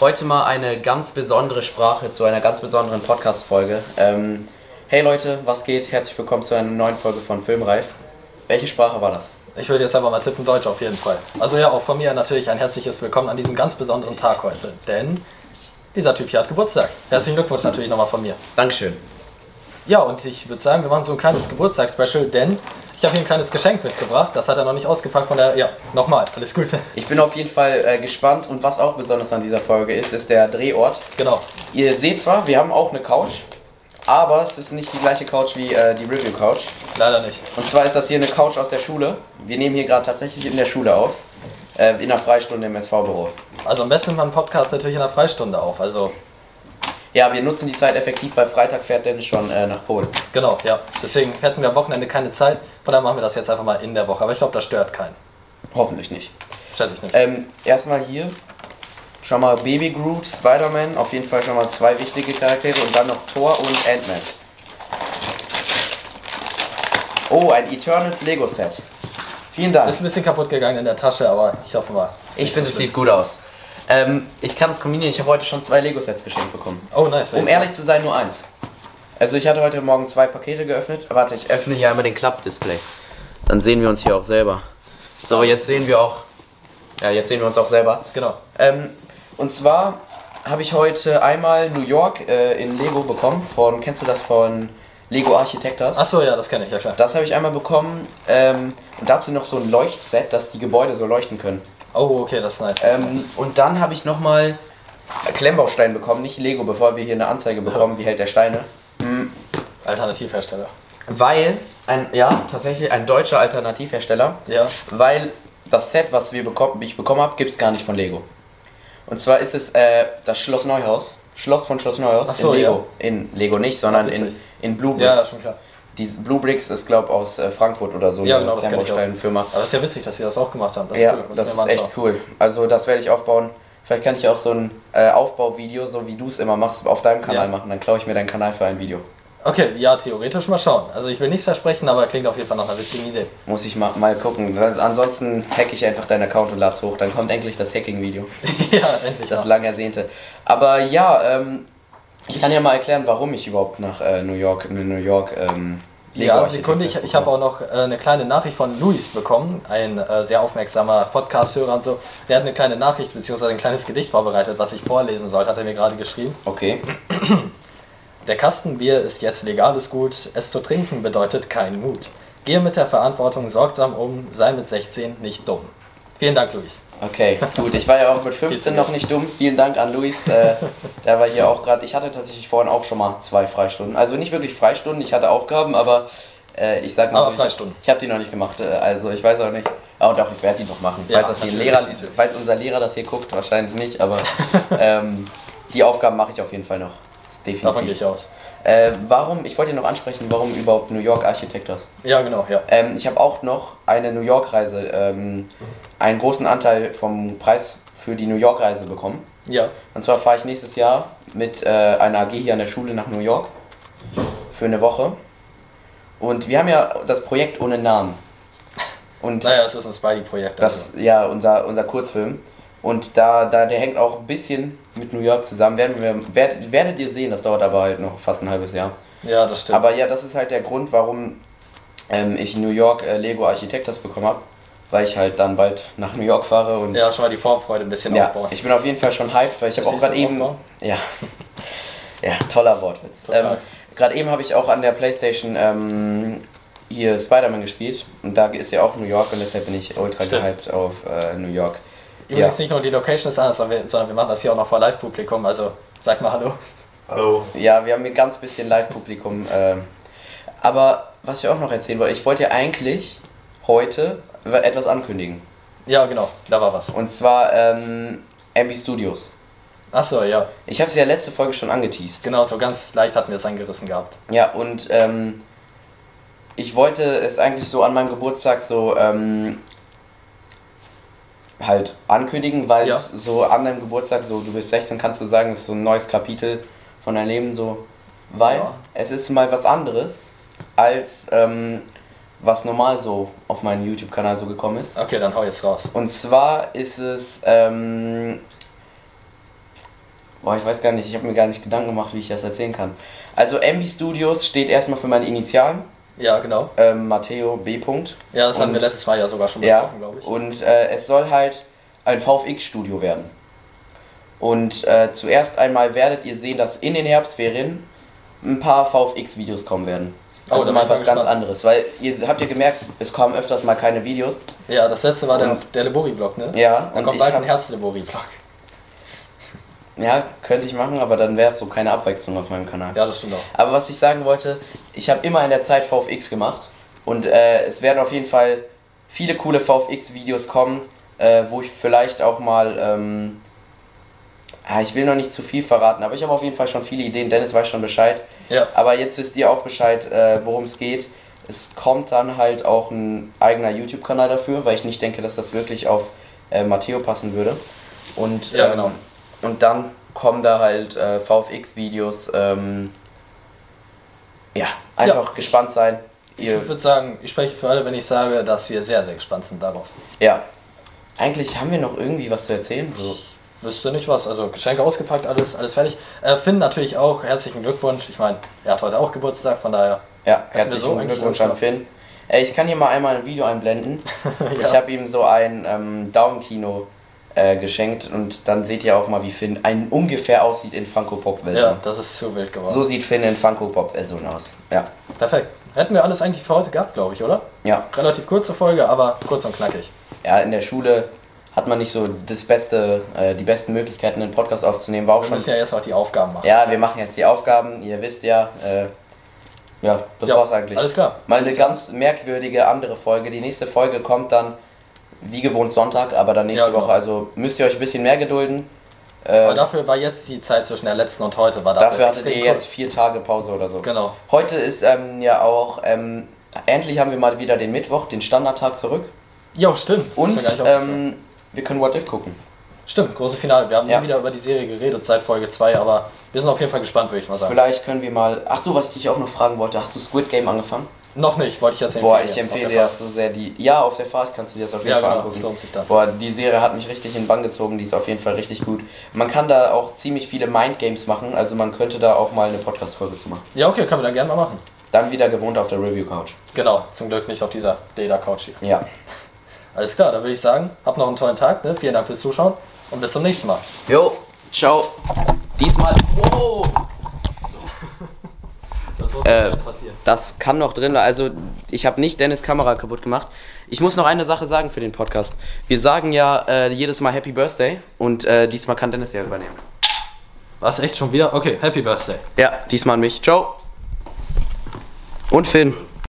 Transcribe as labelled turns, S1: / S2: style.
S1: Heute mal eine ganz besondere Sprache zu einer ganz besonderen Podcast-Folge. Ähm, hey Leute, was geht? Herzlich willkommen zu einer neuen Folge von Filmreif. Welche Sprache war das?
S2: Ich würde jetzt einfach mal tippen, Deutsch auf jeden Fall. Also ja, auch von mir natürlich ein herzliches Willkommen an diesem ganz besonderen Tag heute. Denn dieser Typ hier hat Geburtstag. Herzlichen Glückwunsch natürlich nochmal von mir.
S1: Dankeschön.
S2: Ja, und ich würde sagen, wir machen so ein kleines Geburtstagsspecial, denn ich habe hier ein kleines Geschenk mitgebracht. Das hat er noch nicht ausgepackt, von daher, ja, nochmal, alles Gute.
S1: Ich bin auf jeden Fall äh, gespannt und was auch besonders an dieser Folge ist, ist der Drehort.
S2: Genau.
S1: Ihr seht zwar, wir haben auch eine Couch, aber es ist nicht die gleiche Couch wie äh, die Review Couch.
S2: Leider nicht.
S1: Und zwar ist das hier eine Couch aus der Schule. Wir nehmen hier gerade tatsächlich in der Schule auf, äh, in der Freistunde im SV-Büro.
S2: Also am besten nimmt man einen Podcast natürlich in der Freistunde auf. Also
S1: Ja, wir nutzen die Zeit effektiv, weil Freitag fährt Dennis schon äh, nach Polen.
S2: genau, ja. Deswegen hätten wir am Wochenende keine Zeit, von daher machen wir das jetzt einfach mal in der Woche. Aber ich glaube, das stört keinen.
S1: Hoffentlich nicht.
S2: Schätze ich nicht.
S1: Ähm, erstmal hier. Schon mal Baby Groot, Spider-Man, auf jeden Fall schon mal zwei wichtige Charaktere und dann noch Thor und Ant-Man. Oh, ein Eternals Lego Set. Vielen Dank.
S2: Ist ein bisschen kaputt gegangen in der Tasche, aber ich hoffe mal. ist
S1: ich
S2: nicht
S1: finde,
S2: so
S1: es
S2: schlimm.
S1: sieht gut aus. Ähm, ich kann es kombinieren, ich habe heute schon zwei Lego Sets geschenkt bekommen.
S2: Oh, nice.
S1: Um ehrlich zu sein, nur eins. Also ich hatte heute Morgen zwei Pakete geöffnet. Warte, ich öffne hier einmal den Klappdisplay. Dann sehen wir uns hier auch selber. So, jetzt sehen wir auch. Ja, jetzt sehen wir uns auch selber.
S2: Genau.
S1: Ähm, und zwar habe ich heute einmal New York äh, in Lego bekommen. Von, kennst du das von Lego Architectors?
S2: Achso, ja, das kenne ich, ja klar.
S1: Das habe ich einmal bekommen. Ähm, und dazu noch so ein Leuchtset, dass die Gebäude so leuchten können.
S2: Oh, okay, das ist nice. Das ist nice.
S1: Ähm, und dann habe ich nochmal Klemmbaustein bekommen, nicht Lego, bevor wir hier eine Anzeige bekommen, wie hält der Steine.
S2: Alternativhersteller.
S1: Weil, ein, ja, tatsächlich ein deutscher Alternativhersteller,
S2: Ja.
S1: weil das Set, was wir bekommen, ich bekommen habe, gibt es gar nicht von Lego. Und zwar ist es äh, das Schloss Neuhaus. Schloss von Schloss
S2: Ach
S1: Neuhaus
S2: so,
S1: in Lego. In Lego nicht, sondern in,
S2: witzig.
S1: in Blue
S2: ja, das
S1: Bricks.
S2: ist schon klar.
S1: Die Blue Bricks ist, glaube ich, aus äh, Frankfurt oder so.
S2: Ja,
S1: die
S2: genau, das kenn ich auch.
S1: Klemmbaustein-Firma.
S2: Aber es ist ja witzig, dass sie das auch gemacht haben. Das ist
S1: Ja,
S2: cool. Muss
S1: das
S2: ich mir
S1: ist
S2: mal
S1: echt
S2: anschauen.
S1: cool. Also das werde ich aufbauen. Vielleicht kann ich auch so ein äh, Aufbauvideo, so wie du es immer machst, auf deinem Kanal
S2: Ja.
S1: machen. Dann klaue ich mir deinen Kanal für ein Video.
S2: Okay, ja, theoretisch mal schauen. Also ich will nichts versprechen, aber klingt auf jeden Fall nach einer witzigen Idee.
S1: Muss ich mal, mal gucken. Weil Ansonsten hacke ich einfach deinen Account und lade es hoch. Dann kommt endlich das Hacking-Video.
S2: ja, endlich.
S1: Das
S2: mal.
S1: lang ersehnte. Aber ja, ähm, ich kann ja mal erklären, warum ich überhaupt nach äh, New York, in New York, ähm,
S2: Ja, also,
S1: Lego-Architekt
S2: Sekunde, ich,
S1: bin.
S2: ich habe auch noch äh, eine kleine Nachricht von Luis bekommen, ein äh, sehr aufmerksamer Podcast-Hörer und so. Der hat eine kleine Nachricht bzw. ein kleines Gedicht vorbereitet, was ich vorlesen soll, hat er mir gerade geschrieben.
S1: Okay.
S2: Der Kastenbier ist jetzt legales Gut, es zu trinken bedeutet keinen Mut. Gehe mit der Verantwortung sorgsam um, sei mit 16 nicht dumm. Vielen Dank, Luis.
S1: Okay, gut. Ich war ja auch mit
S2: Geht's dir
S1: 15 noch nicht dumm. Vielen Dank an Luis. Äh, der war hier auch gerade. Ich hatte tatsächlich vorhin auch schon mal zwei Freistunden. Also nicht wirklich Freistunden, ich hatte Aufgaben, aber äh, ich sag mal.
S2: Aber
S1: so,
S2: Freistunden.
S1: Ich, ich habe die noch nicht gemacht. Äh, also ich weiß auch nicht. Oh doch, ich werde die noch machen.
S2: Ja,
S1: falls, das hier ein
S2: natürlich,
S1: Lehrer,
S2: natürlich.
S1: falls unser Lehrer das hier guckt, wahrscheinlich nicht, aber ähm, die Aufgaben mache ich auf jeden Fall noch.
S2: Davon gehe
S1: Definitiv.
S2: ich aus.
S1: Äh, warum, ich wollte dir noch ansprechen, warum überhaupt New York Architektors?
S2: Ja, genau, ja.
S1: Ähm, ich habe auch noch eine New York-Reise, ähm, einen großen Anteil vom Preis für die New York-Reise bekommen.
S2: Ja,
S1: Und zwar fahre ich nächstes Jahr mit äh, einer AG hier an der Schule nach New York für eine Woche. Und wir haben ja das Projekt ohne Namen. Und
S2: naja, es ist ein Spidey-Projekt. also.
S1: das, ja, unser, unser Kurzfilm. Und da, da, der hängt auch ein bisschen mit New York zusammen. Werden wir, werdet, werdet ihr sehen, das dauert aber halt noch fast ein halbes Jahr.
S2: also. Ja, das stimmt.
S1: Aber ja, das ist halt der Grund, warum ähm, ich in New York äh, Lego Architectors bekommen habe, weil ich halt dann bald nach New York fahre und
S2: ja, schon mal die Vorfreude ein bisschen
S1: ja,
S2: aufbauen.
S1: ich bin auf jeden Fall schon hyped, weil ich habe auch
S2: Verstehst
S1: gerade
S2: du
S1: eben
S2: Aufbau?
S1: ja ja toller Wortwitz. Ähm,
S2: Total.
S1: gerade eben habe ich auch an der PlayStation ähm, hier Spider-Man gespielt und da ist ja auch New York und deshalb bin ich ultra
S2: Stimmt.
S1: gehypt auf äh, New York.
S2: Übrigens
S1: ja.
S2: nicht nur die Location ist anders, sondern wir, sondern wir machen das hier auch noch vor Live-Publikum. Also sag mal Hallo.
S3: Hallo.
S1: Ja, wir haben hier ganz bisschen Live-Publikum. ähm. aber was ich auch noch erzählen wollte, ich wollte ja eigentlich heute etwas ankündigen.
S2: Ja, genau, da war was.
S1: Und zwar ähm, MB Studios.
S2: Achso, ja,
S1: Ich habe es ja letzte Folge schon angeteased.
S2: genau, so ganz leicht hatten wir es angerissen gehabt.
S1: Ja, und ähm, ich wollte es eigentlich so an meinem Geburtstag so ähm, halt ankündigen, weil
S2: Ja.
S1: es so an deinem Geburtstag, so du bist 16, kannst du sagen, ist so ein neues Kapitel von deinem Leben, so. Weil
S2: Ja.
S1: es ist mal was anderes, als ähm, was normal so auf meinen YouTube-Kanal so gekommen ist.
S2: Okay, dann hau jetzt raus.
S1: Und zwar ist es ähm, Boah, ich weiß gar nicht, ich habe mir gar nicht Gedanken gemacht, wie ich das erzählen kann. Also MB Studios steht erstmal für meine Initialen.
S2: Ja, genau.
S1: Ähm, Matteo B. Punkt.
S2: Ja, das hatten
S1: Und-
S2: wir letztes Mal ja sogar schon
S1: Ja,
S2: besprochen, glaube ich.
S1: und äh, es soll halt ein VFX-Studio werden. Und äh, zuerst einmal werdet ihr sehen, dass in den Herbstferien ein paar VFX-Videos kommen werden.
S2: Oh,
S1: Also
S2: da bin
S1: mal
S2: ich mal
S1: was ganz
S2: gespannt.
S1: anderes. Weil ihr habt ihr gemerkt, es kamen öfters mal keine Videos.
S2: Ja, das letzte war der,
S1: Und-
S2: der Lebori-Vlog, ne?
S1: Ja,
S2: Dann
S1: und
S2: kommt
S1: ich
S2: bald ein
S1: hab,
S2: Herbst-Lebori-Vlog.
S1: ja, könnte ich machen, aber dann wäre es so keine Abwechslung auf meinem Kanal.
S2: Ja, das stimmt auch.
S1: Aber was ich sagen wollte, ich habe immer in der Zeit VFX gemacht und äh, es werden auf jeden Fall viele coole VFX-Videos kommen, äh, wo ich vielleicht auch mal, ähm, ah, ich will noch nicht zu viel verraten, aber ich habe auf jeden Fall schon viele Ideen, Dennis weiß schon Bescheid.
S2: Ja,
S1: Aber jetzt wisst ihr auch Bescheid, äh, worum es geht. Es kommt dann halt auch ein eigener YouTube-Kanal dafür, weil ich nicht denke, dass das wirklich auf äh, Matteo passen würde. Und,
S2: Ja,
S1: ähm,
S2: genau.
S1: und dann kommen da halt äh, VFX-Videos. Ähm, ja, einfach
S2: Ja.
S1: gespannt sein.
S2: ich
S1: Ihr,
S2: würde sagen, ich spreche für alle, wenn ich sage, dass wir sehr, sehr gespannt sind darauf.
S1: ja. Eigentlich haben wir noch irgendwie was zu erzählen. So.
S2: Wüsste nicht was, also Geschenke ausgepackt, alles, alles fertig. Äh, Finn natürlich auch, herzlichen Glückwunsch. Ich meine, er hat heute auch Geburtstag, von daher.
S1: Ja,
S2: wir
S1: herzlichen
S2: so eigentlich
S1: Glückwunsch an
S2: schon
S1: Finn. Äh, ich kann hier mal einmal ein Video einblenden. Ich habe ihm so ein ähm, Daumenkino äh, geschenkt und dann seht ihr auch mal, wie Finn ein ungefähr aussieht in Funko Pop
S2: ja,
S1: Version.
S2: das ist zu wild geworden.
S1: so sieht Finn in Funko Pop Version aus. Ja,
S2: Perfekt. Hätten wir alles eigentlich für heute gehabt, glaube ich, oder?
S1: ja,
S2: Relativ kurze Folge, aber kurz und knackig.
S1: ja. In der Schule hat man nicht so das beste, äh, die besten Möglichkeiten, einen Podcast aufzunehmen. War auch
S2: Wir
S1: schon.
S2: müssen ja erst noch die Aufgaben machen.
S1: Ja, wir machen jetzt die Aufgaben. Ihr wisst ja. Äh, ja, das
S2: Ja,
S1: war's eigentlich.
S2: Alles klar.
S1: Mal eine ganz merkwürdige andere Folge. Die nächste Folge kommt dann wie gewohnt Sonntag, aber dann nächste
S2: Ja, genau.
S1: Woche. Also müsst ihr euch ein bisschen mehr gedulden.
S2: Aber
S1: Ähm,
S2: dafür war jetzt die Zeit zwischen der letzten und heute. War dafür,
S1: Dafür hattet
S2: extrem
S1: ihr jetzt
S2: kurz.
S1: vier Tage Pause oder so.
S2: Genau.
S1: Heute ist ähm, ja auch, ähm, endlich haben wir mal wieder den Mittwoch, den Standardtag zurück.
S2: Jo, stimmt. Ist
S1: Und
S2: mir gar nicht aufgefallen.
S1: ähm, wir können What If gucken.
S2: Stimmt, große Finale. Wir haben
S1: Ja.
S2: nie wieder über die Serie geredet seit Folge 2, aber wir sind auf jeden Fall gespannt, würde ich mal sagen.
S1: Vielleicht können wir mal. Ach so, was ich dich auch noch fragen wollte. Hast du Squid Game angefangen?
S2: Noch nicht, wollte ich jetzt empfehlen.
S1: Boah, ich empfehle dir das so sehr. Die, ja, auf der Fahrt kannst du dir das auf jeden
S2: Ja,
S1: Fall
S2: genau, das
S1: angucken.
S2: lohnt sich dann.
S1: Boah, die Serie hat mich richtig in den Bann gezogen. Die ist auf jeden Fall richtig gut. Man kann da auch ziemlich viele Mind Games machen. Also man könnte da auch mal eine Podcast-Folge zu machen.
S2: Ja, okay, können wir dann gerne mal machen.
S1: Dann wieder gewohnt auf der Review-Couch.
S2: Genau, zum Glück nicht auf dieser Leder-Couch hier.
S1: Ja.
S2: Alles klar, dann würde ich sagen, habt noch einen tollen Tag, ne? vielen Dank fürs Zuschauen und bis zum nächsten Mal.
S1: Jo, ciao. Diesmal. Wow!
S2: Das muss
S1: Äh,
S2: jetzt passieren.
S1: Das kann noch drin, also ich habe nicht Dennis Kamera kaputt gemacht. Ich muss noch eine Sache sagen für den Podcast. Wir sagen ja äh, jedes Mal Happy Birthday und äh, diesmal kann Dennis ja übernehmen.
S2: Was, echt schon wieder? Okay, Happy Birthday.
S1: Ja, diesmal an mich. Ciao. Und Finn.